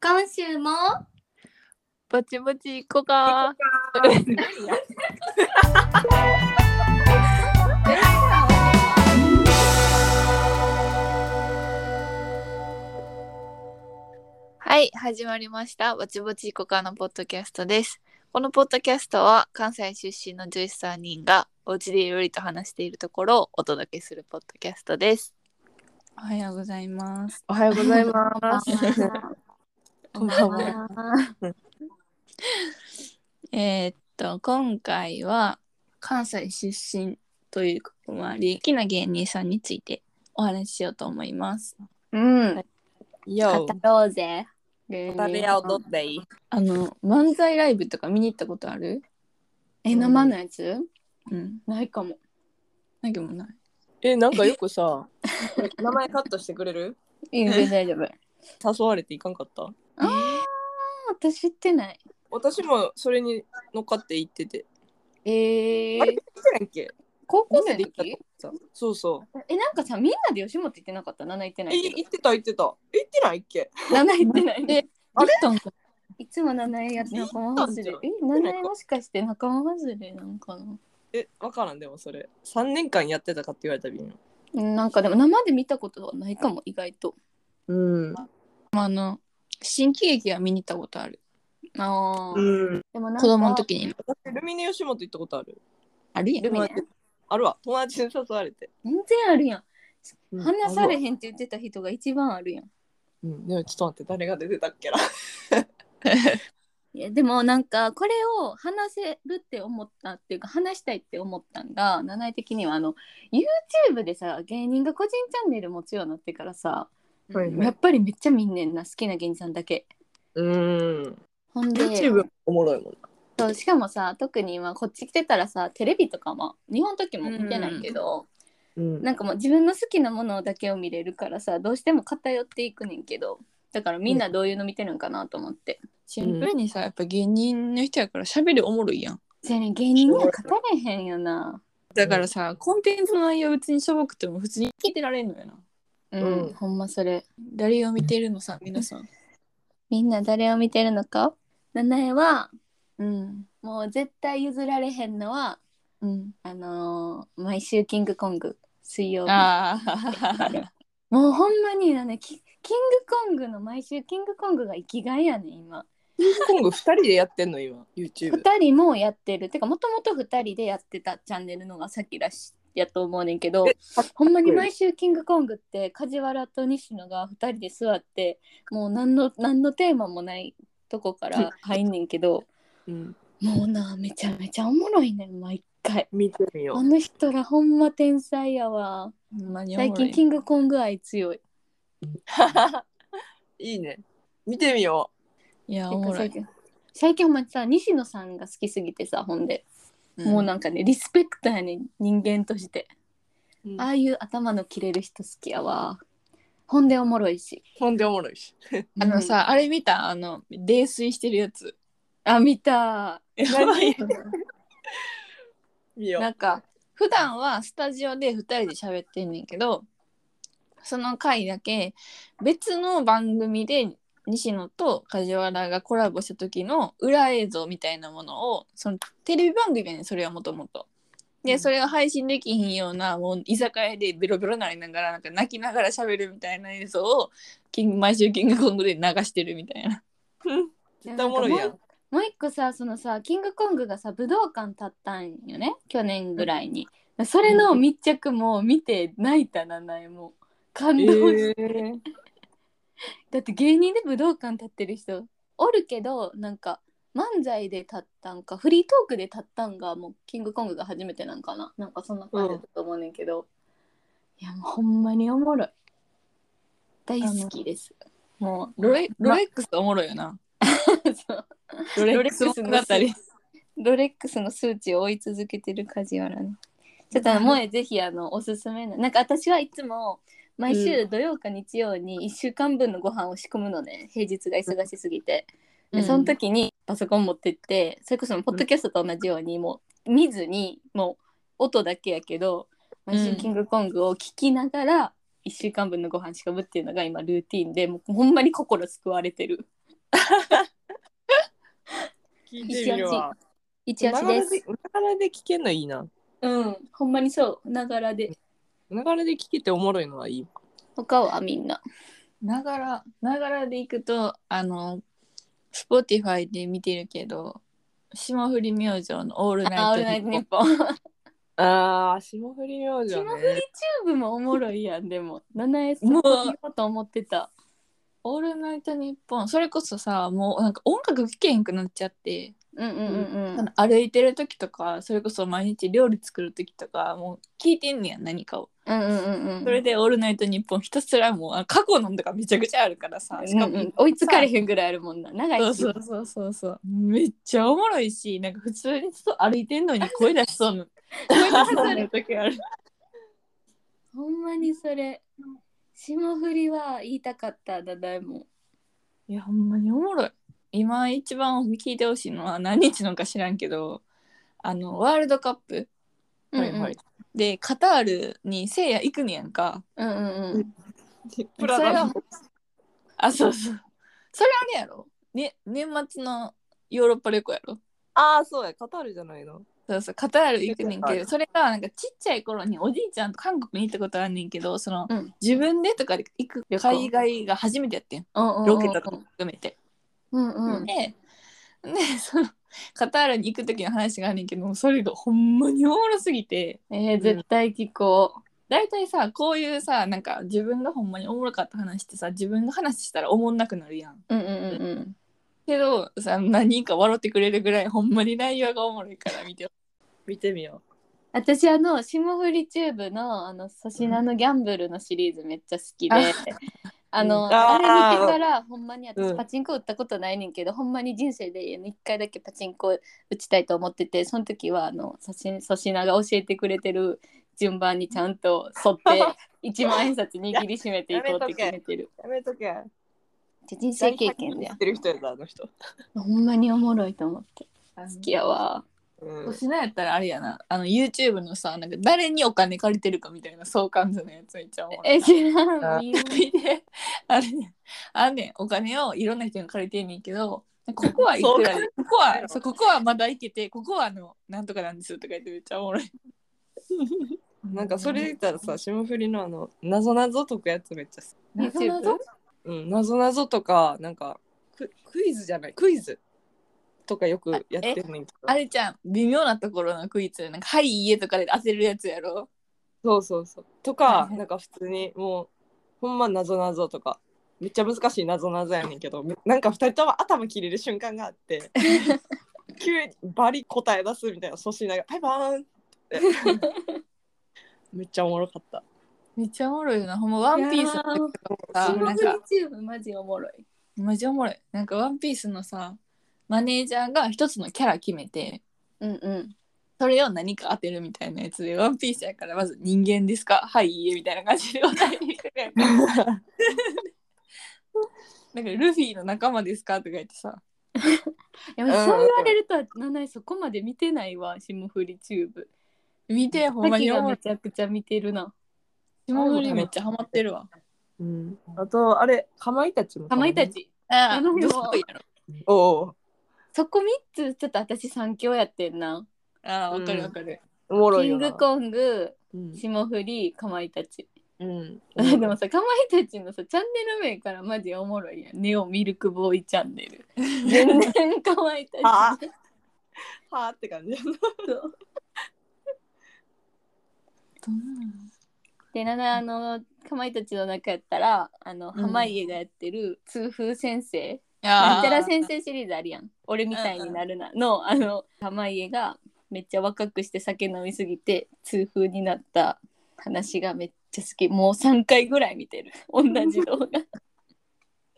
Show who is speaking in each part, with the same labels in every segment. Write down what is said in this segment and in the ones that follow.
Speaker 1: 今週も
Speaker 2: ぼちぼち行こうか。はい、始まりました。ぼちぼち行こうかのポッドキャストです。このポッドキャストは関西出身の13人がお家でいろいろと話しているところをお届けするポッドキャストです。おはようございます。
Speaker 3: おはようございます。
Speaker 1: こん
Speaker 3: ばんは。
Speaker 2: えーっと今回は関西出身ということもあり好きな芸人さんについてお話ししようと思います。
Speaker 3: うん。
Speaker 1: 語
Speaker 3: よ
Speaker 1: ろうぜ。ル
Speaker 3: う。
Speaker 1: ール
Speaker 3: っていい。
Speaker 2: あの漫才ライブとか見に行ったことある
Speaker 1: え、生のやつ
Speaker 2: うん。
Speaker 1: ないかも。
Speaker 2: なきもない。
Speaker 3: え、なんかよくさ、 名前カットしてくれる
Speaker 1: いいよ大丈夫。あ
Speaker 3: 誘われていかんかった
Speaker 1: 私知ってない。
Speaker 3: 私もそれに乗っかって行ってて。
Speaker 1: え
Speaker 3: あれ
Speaker 1: ー
Speaker 3: 行、ってないっけ
Speaker 1: 高校生の
Speaker 3: みんなで
Speaker 1: 時
Speaker 3: さそうそ
Speaker 1: え、なんかさ、みんなで吉本行ってなかった七行って
Speaker 3: う。
Speaker 1: な
Speaker 3: え、
Speaker 1: いけど
Speaker 3: 行ってた行ってた。え行ってないっけ
Speaker 1: 七行ってないね。
Speaker 2: で、あれ
Speaker 1: いつも七行やつ仲間外れ。え、七行もしかして仲間外れなんかな
Speaker 3: え、わからんでもそれ。3年間やってたかって言われたびに。
Speaker 1: うんなんかでも生で見たことはないかも、意外と。
Speaker 3: うん。
Speaker 2: あの新喜劇は見に行ったことある。
Speaker 1: ああ。
Speaker 3: うん。
Speaker 1: でもなんか
Speaker 2: 子供の時に
Speaker 3: 私、ルミネ吉本行ったことある。
Speaker 2: あるやん
Speaker 1: ルミネ
Speaker 3: あるわ。友達に誘われて。
Speaker 1: 全然あるやん。話されへんって言ってた人が一番あるやん。
Speaker 3: うん。でもちょっと待って、誰が出てたっけな。
Speaker 1: いやでもなんかこれを話せるって思ったっていうか話したいって思ったんが七井的にはあの YouTube でさ芸人が個人チャンネル持つようになってからさ
Speaker 3: はいはい
Speaker 1: やっぱりめっちゃ見んねんな好きな芸人さんだけ。
Speaker 3: うん。
Speaker 1: ほんで
Speaker 3: YouTube おもろいもんな。
Speaker 1: そうしかもさ特に今こっち来てたらさテレビとかも日本の時も見てないけど、
Speaker 3: うん
Speaker 1: なんかもう自分の好きなものだけを見れるからさどうしても偏っていくねんけどだからみんなどういうの見てるんかなと思って。
Speaker 2: シンプルにさやっぱ芸人の人やから喋りおもろいやん。
Speaker 1: じゃあね芸人には語れへんよな。
Speaker 2: だからさコンテンツの内容別にしょぼくても普通に聞いてられるのよな。
Speaker 1: うん、
Speaker 3: うん
Speaker 1: ほんまそれ。
Speaker 2: 誰を見てるのさ皆さん。
Speaker 1: みんな誰を見てるのか七重は
Speaker 2: うん。
Speaker 1: もう絶対譲られへんのは
Speaker 2: うん。
Speaker 1: あのー毎週キングコング水曜日
Speaker 2: あ
Speaker 1: もうほんまになねキキングコングの毎週キングコングが生きがいやねん今
Speaker 3: キングコング2人でやってんの今 YouTube
Speaker 1: 2人もやってるてかもともと2人でやってたチャンネルのがさっきらしやと思うねんけど
Speaker 3: え
Speaker 1: ほんまに毎週キングコングって梶原と西野が2人で座ってもう何の何のテーマもないとこから入んねんけど
Speaker 3: うん、
Speaker 1: もうなめちゃめちゃおもろいねん毎回
Speaker 3: 見てみよ
Speaker 1: あの人らほんま天才やわ
Speaker 2: ほんまにおも
Speaker 1: 最
Speaker 2: ろい
Speaker 1: 近キングコング愛強いう
Speaker 3: いいね見てみよ
Speaker 2: いや
Speaker 1: て
Speaker 2: お
Speaker 1: か
Speaker 2: もろ
Speaker 1: 最
Speaker 2: い。
Speaker 1: 近最近ほんまさ西野さんが好きすぎてさほんで、もうなんかねリスペクトやねん人間として、
Speaker 3: う、
Speaker 1: ああいう頭の切れる人好きやわほんでおもろいし
Speaker 3: ほんでおもろいし
Speaker 2: あのさ、あれ見たあの泥酔してるやつ。
Speaker 1: あ見た
Speaker 3: 何見よ
Speaker 2: なんか普段はスタジオで2人で喋ってんねんけどその回だけ別の番組で西野と梶原がコラボした時の裏映像みたいなものをそのテレビ番組やねんそれはもともと。
Speaker 3: う
Speaker 2: で
Speaker 3: ん
Speaker 2: それが配信できひんようなもう居酒屋でベロベロなりながらなんか泣きながら喋るみたいな映像をキング毎週キングコングで流してるみたいな。
Speaker 3: う絶対おもろいやん
Speaker 1: もう一個さそのさキングコングがさ武道館立ったんよね去年ぐらいに、それの密着も見て泣いたなないもう感動して、
Speaker 3: ー
Speaker 1: だって芸人で武道館立ってる人おるけどなんか漫才で立ったんかフリートークで立ったんがもうキングコングが初めてなんかななんかそんな感じだったと思うねんけど、いやもうほんまにおもろい大好きですもう
Speaker 2: ロレ
Speaker 1: ま
Speaker 2: ロレックスおもろいよな。
Speaker 1: そう
Speaker 2: ロ
Speaker 1: レ
Speaker 2: レ
Speaker 1: ッ
Speaker 2: ッ
Speaker 1: ク
Speaker 2: ク
Speaker 1: ス
Speaker 2: ス
Speaker 1: の
Speaker 2: 物語。
Speaker 1: ロレックスの数値を追い続けてる梶原ね。ちょっとあの萌えぜひあのおすすめのなんか私はいつも毎週土曜か日曜に1週間分のご飯を仕込むのね平日が忙しすぎて、
Speaker 2: うん
Speaker 1: でその時にパソコン持ってってそれこそポッドキャストと同じようにもう見ずにもう音だけやけど毎週キングコングを聞きながら1週間分のご飯仕込むっていうのが今ルーティンでもうほんまに心救われてる
Speaker 3: 聞いてみるわ。
Speaker 1: 一足です。
Speaker 3: ながらで聞けんのいいな。
Speaker 1: うん、ほんまにそう、ながらで。
Speaker 3: ながらで聞けておもろいのはいい。
Speaker 1: 他はみんな。
Speaker 2: ながらながらで行くとあの Spotify で見てるけど霜降り明星の「オール
Speaker 1: あ、オールナ
Speaker 2: ナイ
Speaker 1: イ
Speaker 2: ト
Speaker 1: ト
Speaker 2: ニ
Speaker 1: ニ
Speaker 2: ッ
Speaker 1: ッ
Speaker 2: ポ
Speaker 1: ポン。
Speaker 3: ああ、霜降り明星
Speaker 1: 霜降り
Speaker 3: ね。
Speaker 1: チューブもおもろいやん、でも。7S も
Speaker 2: もう
Speaker 1: うと思ってた。
Speaker 2: ン」オールナイトニッポンそれこそさもうなんか音楽聴けへんくなっちゃって、
Speaker 1: うんうんうんうん。
Speaker 2: 歩いてる時とかそれこそ毎日料理作る時とかもう聞いてんねや何かを、
Speaker 1: うんうんうんうん。
Speaker 2: それで「オールナイトニッポン」ひたすらもうあ過去のとかめちゃくちゃあるからさしかも、
Speaker 1: うんうん追いつかれへんぐらいあるもんな。長い
Speaker 2: そう
Speaker 1: し
Speaker 2: そうそうそうそうめっちゃおもろいしなんか普通にそう歩いてんのに声出しそうな声出しそうな時ある
Speaker 1: ほんまにそれ。霜降りは言いたかった、だだいも。
Speaker 2: いやほんまにおもろい今一番聞いてほしいのは何日のか知らんけどあのワールドカップ
Speaker 3: はいはい。
Speaker 2: でカタールにせいや行くねやんか
Speaker 1: うんうんうん。
Speaker 3: プラ
Speaker 2: それ
Speaker 3: ダ
Speaker 2: は
Speaker 3: の
Speaker 2: あそうそうそれあれやろ、ね、年末のヨーロッパ旅行やろ
Speaker 3: ああ、そうや。カタールじゃないの。
Speaker 2: そうそうカタール行くねん
Speaker 3: は
Speaker 2: けど
Speaker 3: い
Speaker 2: それがなんかちっちゃい頃におじいちゃんと韓国に行ったことあんねんけどその、
Speaker 1: うん
Speaker 2: 自分でとかで行く
Speaker 1: 旅行
Speaker 2: 海外が初めてやってんロ
Speaker 1: ロ
Speaker 2: ケとかも含めて。
Speaker 1: うんうん。
Speaker 2: ででそのカタールに行く時の話があんねんけどそれがほんまにおもろすぎて
Speaker 1: えー、絶対聞こ
Speaker 2: 大体さこういうさなんか自分がほんまにおもろかった話ってさ自分の話したらおもんなくなるやん。
Speaker 1: う。うんうんうんうん。
Speaker 2: けどさ何人か笑ってくれるぐらいほんまに内容がおもろいから見て
Speaker 3: 見てみよ
Speaker 1: 私あの霜降りチューブのあの粗品のギャンブルのシリーズめっちゃ好きで、
Speaker 2: あ
Speaker 1: あの
Speaker 3: あ
Speaker 1: あ
Speaker 3: ー
Speaker 1: れ見てからほんまに
Speaker 3: う
Speaker 1: 私
Speaker 3: ん
Speaker 1: パチンコ打ったことないねんけど、ほんまに人生で1回だけパチンコ打ちたいと思っててその時はあの粗品粗品が教えてくれてる順番にちゃんと沿 って1万円札握りしめていこうって決めてる
Speaker 3: う。やめとけ。
Speaker 1: じゃ人生経験だ
Speaker 3: や
Speaker 1: よ
Speaker 3: ってる人やぞあの人。
Speaker 1: ほんまにおもろいと思って
Speaker 2: 好
Speaker 1: 好きやわ
Speaker 3: うん
Speaker 2: 粗品やったらあれやなあの YouTube のさなんか誰にお金借りてるかみたいな相関図のやつめっちゃおもろい
Speaker 1: え知ら
Speaker 3: あ
Speaker 1: ん
Speaker 2: であれねあんねんお金をいろんな人に借りてんねんけどここはいくらでここはそうここはまだいけてここはあのなんとかなんですよとか言ってめっちゃおもろい
Speaker 3: なんかそれで言ったらさ、霜降りのあの、なぞなぞ解くやつめっちゃ好き。
Speaker 2: 謎々
Speaker 3: うん、なぞなぞとか、なんかク、クイズじゃない、クイズとかよくやってるねんけど
Speaker 2: あ。れちゃん微妙なところのクイズなんか「はいいいえ」とかで当てるやつやろ
Speaker 3: そうそうそう。と
Speaker 2: はい
Speaker 3: か
Speaker 2: は、い
Speaker 3: なんか普通にもう、ほんまなぞなぞとか、めっちゃ難しいなぞなぞやねんけど、めなんか二人とも頭切れる瞬間があ って、急にバリ答え出すみたいな粗品が、バイバーン って。めっちゃおもろかった。
Speaker 2: めっちゃおもろいよなほんま「ワンピースの時とかさ
Speaker 1: 霜降
Speaker 2: なん
Speaker 1: り
Speaker 2: か
Speaker 1: チューブマジおもろい
Speaker 2: マジおもろいなんか「ワンピースのさマネージャーが一つのキャラ決めて
Speaker 1: うんうん
Speaker 2: それを何か当てるみたいなやつで、ワンピースやから、まず人間ですかはい、いいえ、みたいな感じで答えてくれる。なんか、ルフィの仲間ですかとか言ってさ。
Speaker 1: いやそう言われるとなないそこまで見てないわ霜降りチューブ
Speaker 2: 見て、ほんま
Speaker 1: マ
Speaker 2: に
Speaker 1: キが
Speaker 2: 思
Speaker 1: め
Speaker 2: う。
Speaker 1: ちゃくちゃ見てるな
Speaker 2: 霜降りめっちゃハマってるわ。
Speaker 3: うん、あと、あれ、かまいたちも。
Speaker 1: かまいた。ち
Speaker 2: あ
Speaker 1: あ
Speaker 2: ど
Speaker 1: ど
Speaker 2: う
Speaker 1: う
Speaker 2: や
Speaker 1: や
Speaker 2: ろ
Speaker 3: おう
Speaker 1: そこ3つちょっと私三強やってんな
Speaker 2: あーわかるわかる。
Speaker 3: おもろい
Speaker 1: キ
Speaker 3: よ
Speaker 1: ン
Speaker 3: な。
Speaker 1: グコング
Speaker 3: うん。
Speaker 1: 霜降りかまいたち
Speaker 3: うん。
Speaker 1: でもさかまいたちのさチャンネル名からマジおもろいやんネオミルクボーイチャンネル全然かまいた
Speaker 3: は
Speaker 1: ち
Speaker 3: あ、はあって感じ。
Speaker 1: そうでななあのかまいたちの中やったらあの、
Speaker 2: うん
Speaker 1: 濱家がやってる痛風先生なん
Speaker 2: あ
Speaker 1: ちゃら
Speaker 2: ー
Speaker 1: 先生シリーズあるやん俺みたいになるなのあの濱家がめっちゃ若くして酒飲みすぎて痛風になった話がめっちゃ好きもう3回ぐらい見てる同じ動画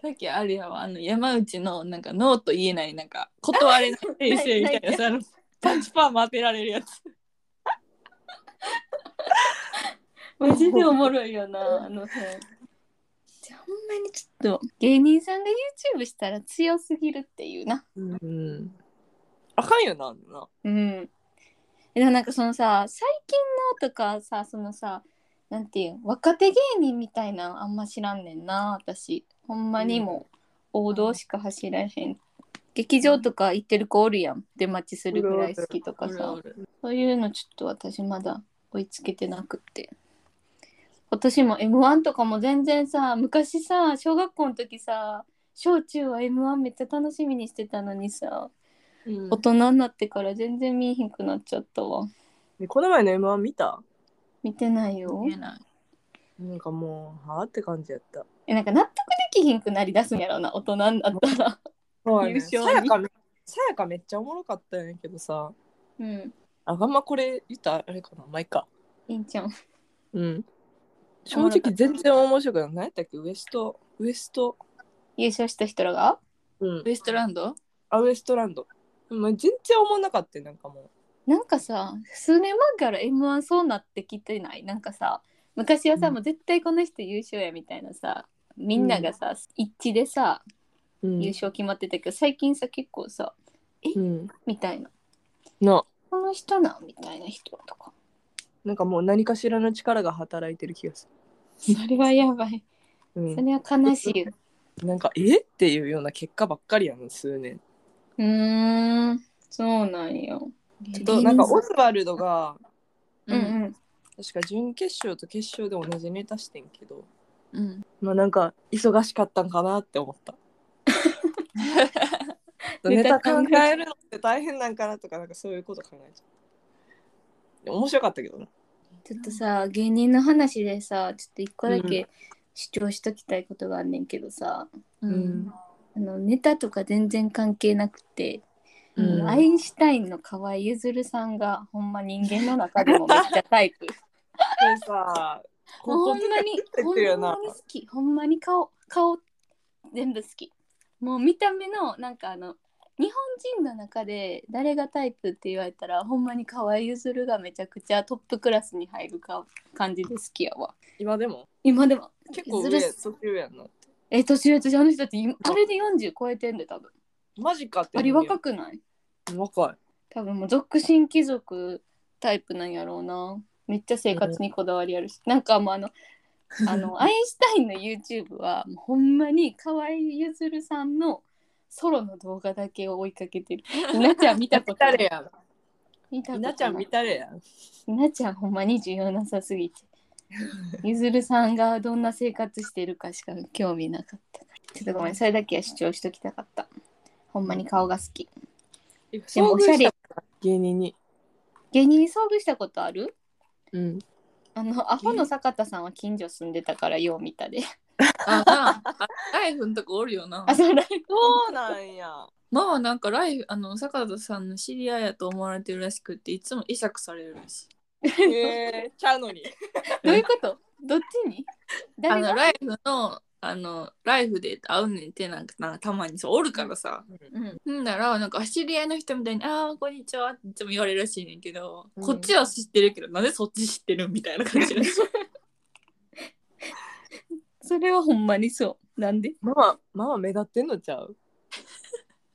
Speaker 2: さっきあれやわ、あの、山内の、なんか、ノーと言えない、なんか、断れない先生みたいなさ、あのパンチパーマ当てられるやつ。
Speaker 1: マジでおもろいよなあの辺じゃあほんまにちょっと芸人さんが YouTube したら強すぎるっていうな
Speaker 3: うん。あかんよな、あんな。
Speaker 1: うんでもなんかそのさ最近のとかさそのさなんていうん若手芸人みたいなのあんま知らんねんな私ほんまにもう王道しか走らへん劇場とか行ってる子おるやん出待ちするぐらい好きとかさそういうのちょっと私まだ追いつけてなくって今年も m 1とかも全然さ昔さ小学校の時さ小中は m 1めっちゃ楽しみにしてたのにさ
Speaker 3: うん
Speaker 1: 大人になってから全然見えへんくなっちゃったわ
Speaker 3: ねこの前の M1 見た
Speaker 1: 見てないよ
Speaker 2: 見えない
Speaker 3: なんかもうはあって感じやった。
Speaker 1: えなんか納得できひんくなりだすんやろな大人になったら
Speaker 3: そうや
Speaker 1: 優
Speaker 3: ねさ
Speaker 1: 勝に
Speaker 3: やかめさやかめっちゃおもろかったんやけどさ
Speaker 1: うん
Speaker 3: ああんまこれ言ったらあれかな前か。
Speaker 1: いいんちゃん
Speaker 3: うん。正直全然面白くない。何やったっけウエストウエスト、
Speaker 1: 優勝した人らが
Speaker 3: うん
Speaker 2: ウ、エストランド
Speaker 3: あウエストランド。まあ、全然思わなかったよなんかもう。
Speaker 1: なんかさ数年前から m 1そうなってきてないなんかさ昔はさ、
Speaker 3: うん
Speaker 1: もう絶対この人優勝やみたいなさみんながさ、一致でさ
Speaker 3: うん
Speaker 1: 優勝決まってたけど、最近さ結構さ
Speaker 3: うん、
Speaker 1: みたいな
Speaker 3: な
Speaker 1: この人なみたいな人とか
Speaker 3: なんかもう何かしらの力が働いてる気がす
Speaker 1: それはやばい、
Speaker 3: る。う
Speaker 1: そ
Speaker 3: ん、
Speaker 1: れは悲し いう
Speaker 3: なんかえっていうような結果ばっかりやん数年。
Speaker 1: ーんそうなんよ
Speaker 3: ちょっとなんか
Speaker 1: う
Speaker 3: オズワルドが
Speaker 1: んうん
Speaker 3: 確か準決勝と決勝で同じネタしてんけど
Speaker 2: うん
Speaker 3: まあなんか忙しかったんかなって思った ネタ考えるのって大変なんかなとかなんかそういうこと考えちゃう でも面白かったけどな
Speaker 1: ちょっとさ芸人の話でさちょっと一個だけ主張しときたいことがあんねんけどさ、
Speaker 2: う
Speaker 3: うん
Speaker 2: ん
Speaker 1: あのネタとか全然関係なくて、
Speaker 3: うん
Speaker 1: アインシュタインの河合ゆずるさんがほんま人間の中でもめっちゃタイプ
Speaker 3: これさ
Speaker 1: もう ほんまに
Speaker 3: 言
Speaker 1: ほ
Speaker 3: っ
Speaker 1: ん
Speaker 3: てるよな
Speaker 1: まに好きほんまに顔顔全部好きもう見た目のなんかあの日本人の中で誰がタイプって言われたらほんまに河合ゆずるがめちゃくちゃトップクラスに入るか感じで好きやわ
Speaker 3: 今でも
Speaker 1: 今でも
Speaker 3: 結構
Speaker 1: ずる
Speaker 3: 上
Speaker 1: っ
Speaker 3: 年上やんなって
Speaker 1: え年上私あの人たちあれで40超えてんで多分
Speaker 3: マジかって
Speaker 1: あれ若くない
Speaker 3: 若い
Speaker 1: 多分もう属神貴族タイプなんやろうなめっちゃ生活にこだわりあるし、なんかもうあ のあのアインシュタインの YouTube はもうほんまに河合ゆずるさんのソロの動画だけを追いかけ てる稲ちゃん見たことな
Speaker 3: 誰
Speaker 1: い
Speaker 3: や
Speaker 1: 見た
Speaker 3: な
Speaker 1: こと
Speaker 3: 稲ちゃん
Speaker 1: ない
Speaker 3: 見たれやん
Speaker 1: なちゃんほんまに重要なさすぎ てゆずるさんがどんな生活してるかしか興味なかったちょっとごめんそれだけは主張しときたかったほんまに顔が好きでもおしゃれ
Speaker 3: 芸人に
Speaker 1: 芸人に遭遇したことある
Speaker 3: うん
Speaker 1: あのアホの坂田さんは近所住んでたからよう見たで
Speaker 2: あなあライフのとこおるよな
Speaker 1: あそうなん
Speaker 3: そうなん や
Speaker 2: ママなんかライフあの坂田さんの知り合いやと思われてるらしくっていつも会釈されるらしい
Speaker 3: へえちゃうのに
Speaker 1: どういうことどっちに
Speaker 2: あ
Speaker 1: 誰
Speaker 2: の
Speaker 1: が
Speaker 2: ライフのあのライフで会うねんってなんかなんかたまにそうおるからさ、
Speaker 1: うん
Speaker 2: んならなんか知り合いの人みたいに「ああこんにちは」っていつも言われるらしいねんけど、
Speaker 3: うん
Speaker 2: こっちは知ってるけどなんでそっち知ってるみたいな感じらしい
Speaker 1: それはほんまにそうなんで
Speaker 3: ママママ目立ってんのちゃう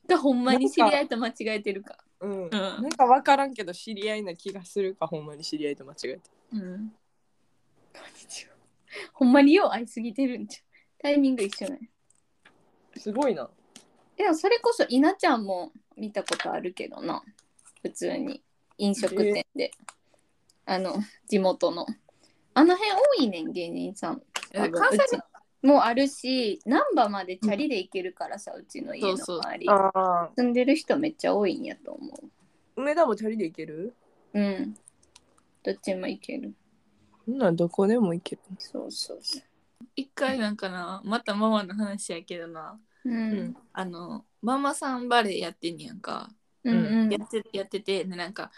Speaker 1: がほんまに知り合いと間違えてるか
Speaker 3: うん
Speaker 2: う
Speaker 3: なん
Speaker 2: ん
Speaker 3: か分からんけど知り合いな気がするかほんまに知り合いと間違えて
Speaker 2: うん
Speaker 1: ほんまによう会いすぎてるんじゃうタイミング一緒ね
Speaker 3: すごいな
Speaker 1: でもそれこそ稲ちゃんも見たことあるけどな普通に飲食店で、あの地元のあの辺多いねん芸人さん
Speaker 2: え
Speaker 1: 多分
Speaker 2: 関西
Speaker 1: うちもあるし難波までチャリで行けるからさ、うちの家の
Speaker 2: そうそう
Speaker 1: 周り
Speaker 3: あ
Speaker 1: 住んでる人めっちゃ多いんやと思
Speaker 3: 梅田もチャリで行ける
Speaker 1: ううんどっちも行ける
Speaker 3: そんなんどこでも行ける
Speaker 1: そうそうそ
Speaker 2: 一回なんかなまたママの話やけどな
Speaker 1: うう
Speaker 3: うんん
Speaker 2: あのママさんバレーやってんねやんか、
Speaker 1: うんうん
Speaker 2: やってやっててでなんか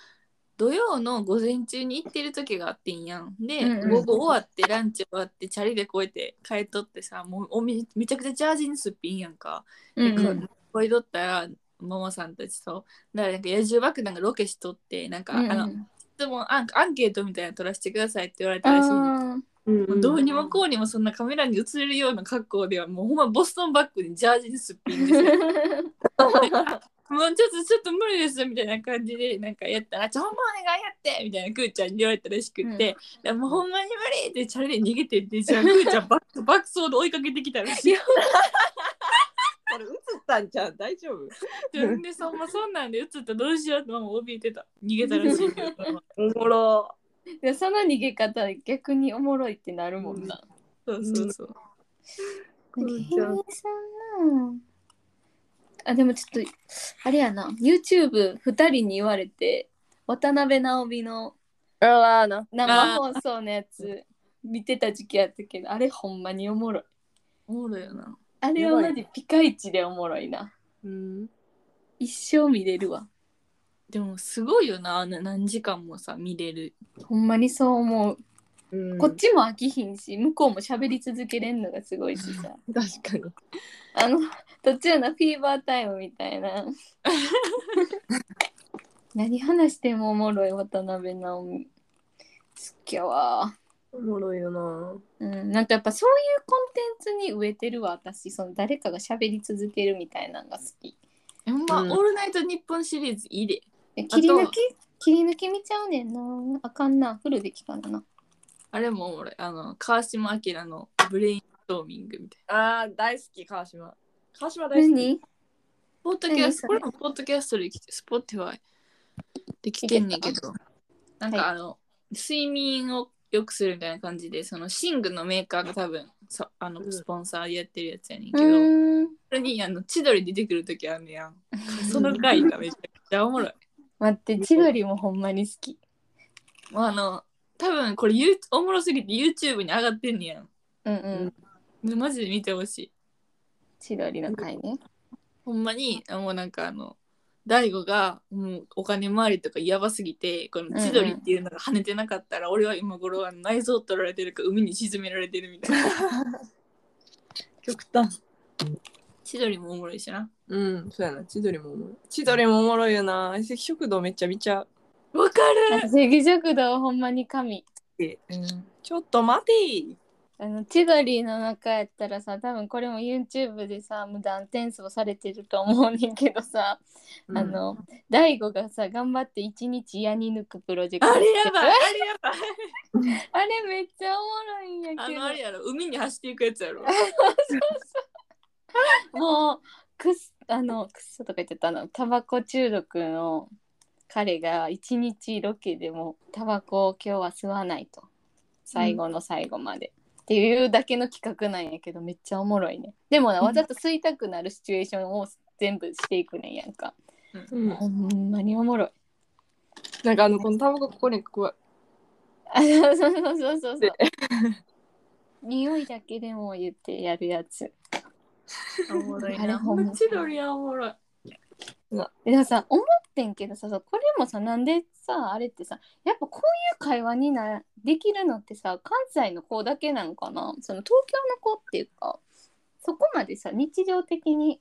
Speaker 2: 土曜の午前中に行ってる時があってんやんで、
Speaker 1: うん
Speaker 3: うん
Speaker 2: 午後終わってランチ終わってチャリで越えて帰っとってさもうおみめちゃくちゃジャージにすっぴんやんか、
Speaker 1: う
Speaker 2: で
Speaker 1: んうん
Speaker 2: こう越えとったらママさんたちとだからなんか野獣爆弾がロケしとってなんか、あの質問アンアンケートみたいなの取らせてくださいって言われたらしいねん
Speaker 1: あー
Speaker 3: うん
Speaker 2: もうどうにもこうにもそんなカメラに映れるような格好ではもうほんまボストンバッグにジャージにすっぴんですよ もうちょっとちょっと無理ですみたいな感じでなんかやったら「ちょほんまお願いやって」みたいなくーちゃんに言われたらしくって「でもうほんまに無理!」ってチャリで逃げてってじゃあくーちゃんバック爆走で追いかけてきたらしい
Speaker 1: や。
Speaker 3: こったんじゃん大丈夫
Speaker 2: 自分でそんまそんなんで映ったらどうしようってママ怯えてた逃げたらしいけど
Speaker 3: おもろ
Speaker 1: でその逃げ方逆におもろいってなるもんな。
Speaker 2: そうそうそう
Speaker 3: うん
Speaker 1: 芸人さんなああでもちょっとあれやな YouTube2 人に言われて渡辺直美の
Speaker 3: あらな
Speaker 1: 生放送のやつ見てた時期やったけどあれほんまにおもろい
Speaker 2: おもろいよな
Speaker 1: あれ
Speaker 3: やば
Speaker 1: はいマジピカイチでおもろいな
Speaker 3: うん
Speaker 1: 一生見れるわ
Speaker 2: でもすごいよなあの何時間もさ見れる
Speaker 1: ほんまにそう思う、
Speaker 3: うん
Speaker 1: こっちも飽きひんし向こうも喋り続けれんのがすごいしさ
Speaker 3: 確かに
Speaker 1: あの途中のフィーバータイムみたいな 何話してもおもろい渡辺直美好きやわ
Speaker 3: おもろいよな
Speaker 1: うん、なんかやっぱそういうコンテンツに植えてるわ私その誰かが喋り続けるみたいなのが好き
Speaker 2: ほんま、
Speaker 3: うん
Speaker 2: オールナイトニッポンシリーズいいで
Speaker 1: え
Speaker 2: と
Speaker 1: 切り抜き切り抜き見ちゃうねんなあかんなフルできたんだな
Speaker 2: あれもおもろいあの川島明のブレインストーミングみたいな
Speaker 3: あー大好き川島川島大好き
Speaker 1: 何
Speaker 2: ポッドキャス
Speaker 1: 何それ
Speaker 2: トこれもポッドキャストできてスポティファイできてんねんけどなんか
Speaker 1: は
Speaker 2: あの、睡眠を良くするみたいな感じでその寝具のメーカーが多分そあ
Speaker 3: う
Speaker 2: の
Speaker 3: ん
Speaker 2: スポンサーでやってるやつやねん
Speaker 1: う
Speaker 2: けど、そ
Speaker 1: ーん
Speaker 2: れにあの千鳥出てくる時あんねやんその回がめちゃくちゃおもろい
Speaker 1: 待って千鳥もほんまに好き
Speaker 2: もうあの多分これユーおもろすぎて YouTube に上がってんねやん
Speaker 1: うんうん
Speaker 2: でマジで見てほしい
Speaker 1: 千鳥の回ね
Speaker 2: ほんまにあもうなんかあの大悟がもうお金回りとかやばすぎてこの千鳥っていうのが跳ねてなかったら、俺は今頃は内臓取られてるか海に沈められてるみたいな
Speaker 3: 極端
Speaker 2: 千鳥もおもろいしな
Speaker 3: うんそうやな千鳥もおもろい千鳥もおもろいよな相席食堂めっちゃ見ちゃう
Speaker 2: わかる
Speaker 1: 関食堂ほんまに神
Speaker 3: うんちょっと待てい
Speaker 1: あの千鳥の中やったらさ多分これも YouTube でさ無断転送されてると思うねんけどさ、あの大悟がさ頑張って一日やに抜くプロジェクト
Speaker 2: あれやばい
Speaker 1: い
Speaker 2: あれやばい
Speaker 1: あれめっちゃおもろいんや
Speaker 2: あ
Speaker 1: け
Speaker 2: のあれやろ海に走っていくやつやろ
Speaker 1: どもうくすあのくそとか言ってたのタバコ中毒の彼が一日ロケでもうタバコを今日は吸わないと最後の最後まで、っていうだけの企画なんやけどめっちゃおもろいねでもなわざと吸いたくなるシチュエーションを全部していくねんやんか
Speaker 3: うん
Speaker 1: ほんまにおもろい
Speaker 3: なんかあのこのタバコここにこう
Speaker 1: あそうそうそうそうそう匂いだけでも言ってやるやつ
Speaker 2: おもろい
Speaker 1: あれ
Speaker 2: な
Speaker 1: ほんま
Speaker 2: 千鳥はおもろい
Speaker 1: でもさ思ってんけどさそうこれもさなんでさあれってさやっぱこういう会話になできるのってさ関西の子だけなんかなその東京の子っていうかそこまでさ日常的に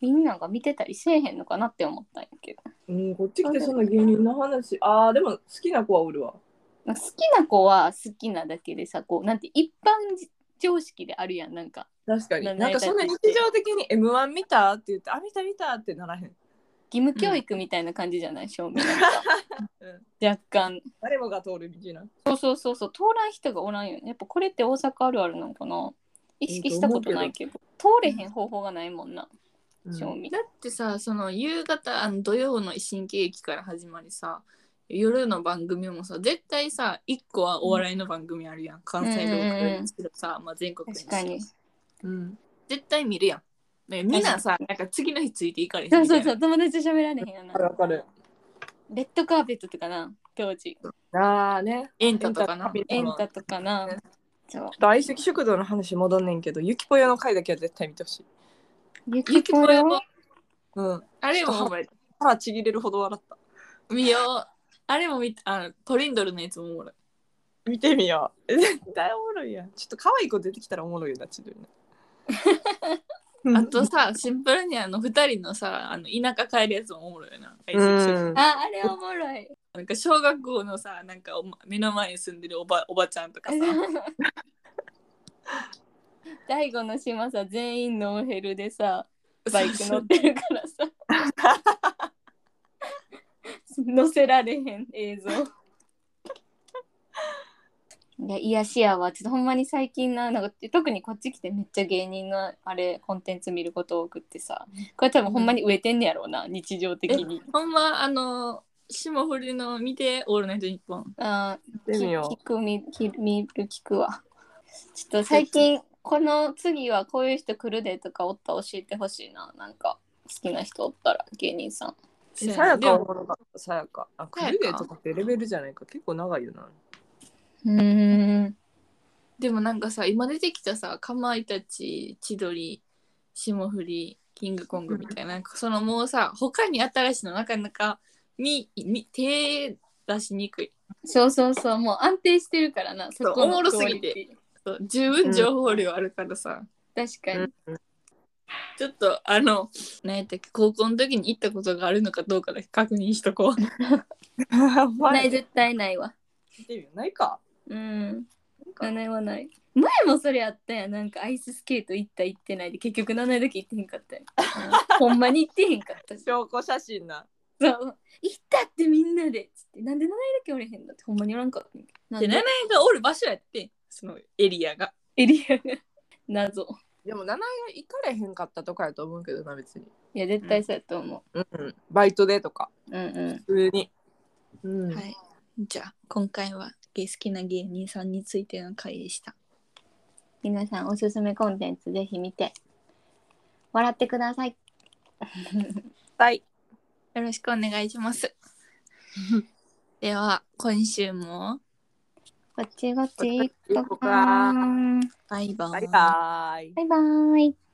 Speaker 1: みんなが見てたりせえへんのかなって思ったんやけど
Speaker 3: うん、こっち来てその芸人の話ああでも好きな子はおるわ
Speaker 1: なんか好きな子は好きなだけでさこうなんて一般常識であるやんなんか
Speaker 3: 確かに
Speaker 1: なんか
Speaker 3: なんかそんな日常的に m 1見たって言ってあ見た見たってならへん、
Speaker 1: 義務教育みたいな感じじゃない、正面
Speaker 3: うん、
Speaker 1: 若干
Speaker 3: 誰もが通る道な
Speaker 1: そうそうそうそう通らん人がおらんよねやっぱこれって大阪あるあるなんかな意識したことないけど通れへん方法がないもんな正味、
Speaker 2: だってさその夕方あの土曜の新喜劇から始まりさ夜の番組もさ絶対さ1個はお笑いの番組あるやん、関西ローカルにしろさ、まあ、全国にし
Speaker 1: 確
Speaker 2: ろ
Speaker 1: かに
Speaker 3: うん
Speaker 2: 絶対見るやんねみんなさなんか次の日ついていかれへん
Speaker 1: そう
Speaker 2: みた
Speaker 1: そ
Speaker 2: いうな
Speaker 1: そう友達と喋られへんよな
Speaker 3: わかるわかる
Speaker 1: レッドカーペットとかな当時
Speaker 3: ああね
Speaker 2: エンタとかな
Speaker 3: エンタ
Speaker 1: 演歌とかなそう
Speaker 3: 相席食堂の話戻んねんけどゆきぽよの回だけは絶対見てほしい
Speaker 1: ゆ
Speaker 2: ゆきぽよも
Speaker 3: うん
Speaker 2: あれもおもろい
Speaker 3: 腹ちぎれるほど笑っ
Speaker 2: 見ようあれも見たあのトリンドルのやつもおもろい
Speaker 3: た見てみよう絶対おもろいやんちょっと可愛い子出てきたらおもろいよな千鳥な
Speaker 2: あとさシンプルにあの2人のさあの田舎帰るやつもおもろいよな
Speaker 3: うん
Speaker 1: ああれおもろい
Speaker 2: なんか小学校のさなんかおま目の前に住んでるおばおばちゃんとかさ
Speaker 1: 大悟の島さ全員ノーヘルでさバイク乗ってるからさ乗せられへん映像いや癒やしやわちょっとほんまに最近ななんか特にこっち来てめっちゃ芸人のあれコンテンツ見ること多くってさこれ多分ほんまに植えてんねやろうな、日常的に。
Speaker 2: ほんまあの霜降りの見てオールナイト日本
Speaker 1: あー
Speaker 3: ってみよ
Speaker 1: 聞聞く見聞見る聞くわ。ちょっと最近この次はこういう人来るでとかおったら教えてほしいななんか好きな人おったら芸人さん。
Speaker 3: う。
Speaker 2: そう
Speaker 3: さや
Speaker 2: で
Speaker 3: かは
Speaker 2: も
Speaker 3: おもろかった。さやか。あ、ク
Speaker 2: さやか
Speaker 3: ルゲとかってレベルじゃないか。結構長いよな。
Speaker 1: うん
Speaker 2: でもなんかさ今出てきたさかまいたち千鳥霜降りキングコングみたいななんかそのもうさ他に新しいのなかなかみみ手出しにくい
Speaker 1: そうそうそうもう安定してるからなそ
Speaker 2: そう
Speaker 1: この
Speaker 2: おもろすぎ
Speaker 1: クオ
Speaker 2: て
Speaker 1: リテ
Speaker 2: そう十分情報量あるからさ、
Speaker 1: ィ確かに、
Speaker 2: ちょっとあの何やったっけ高校の時に行ったことがあるのかどうかだけ確認しとこう
Speaker 1: な
Speaker 3: ない
Speaker 1: 絶対ないわ
Speaker 3: ないか。
Speaker 1: うん
Speaker 3: なんか
Speaker 1: 七重はない前もそれあったやんなんかアイススケート行った行ってないで結局七重だけ行ってへんかったやんほんまに行ってへんかったし
Speaker 3: 証拠写真な。
Speaker 1: そう行ったってみんなでつってなんで七重だけおれへんだってほんまにおらんかったんやなん
Speaker 2: で
Speaker 1: で
Speaker 2: 七重がおる場所やってそのエリアが
Speaker 1: エリアが謎
Speaker 3: でも、七重が行かれへんかったとかやと思うけどな、別に。
Speaker 1: いや絶対そうやと思
Speaker 3: うんうん。バイトでとか。
Speaker 1: ううんうん
Speaker 3: 普通に。うん。
Speaker 2: はいじゃあ今回は好きな芸人さんについての回でした
Speaker 1: 皆さんおすすめコンテンツぜひ見て笑ってください
Speaker 3: はい。
Speaker 2: よろしくお願いし ます。では、今週も
Speaker 1: こっちこっち
Speaker 3: こっちこっち
Speaker 1: こっちこっち
Speaker 2: バイバー
Speaker 3: バイバーイ。
Speaker 1: バイバイ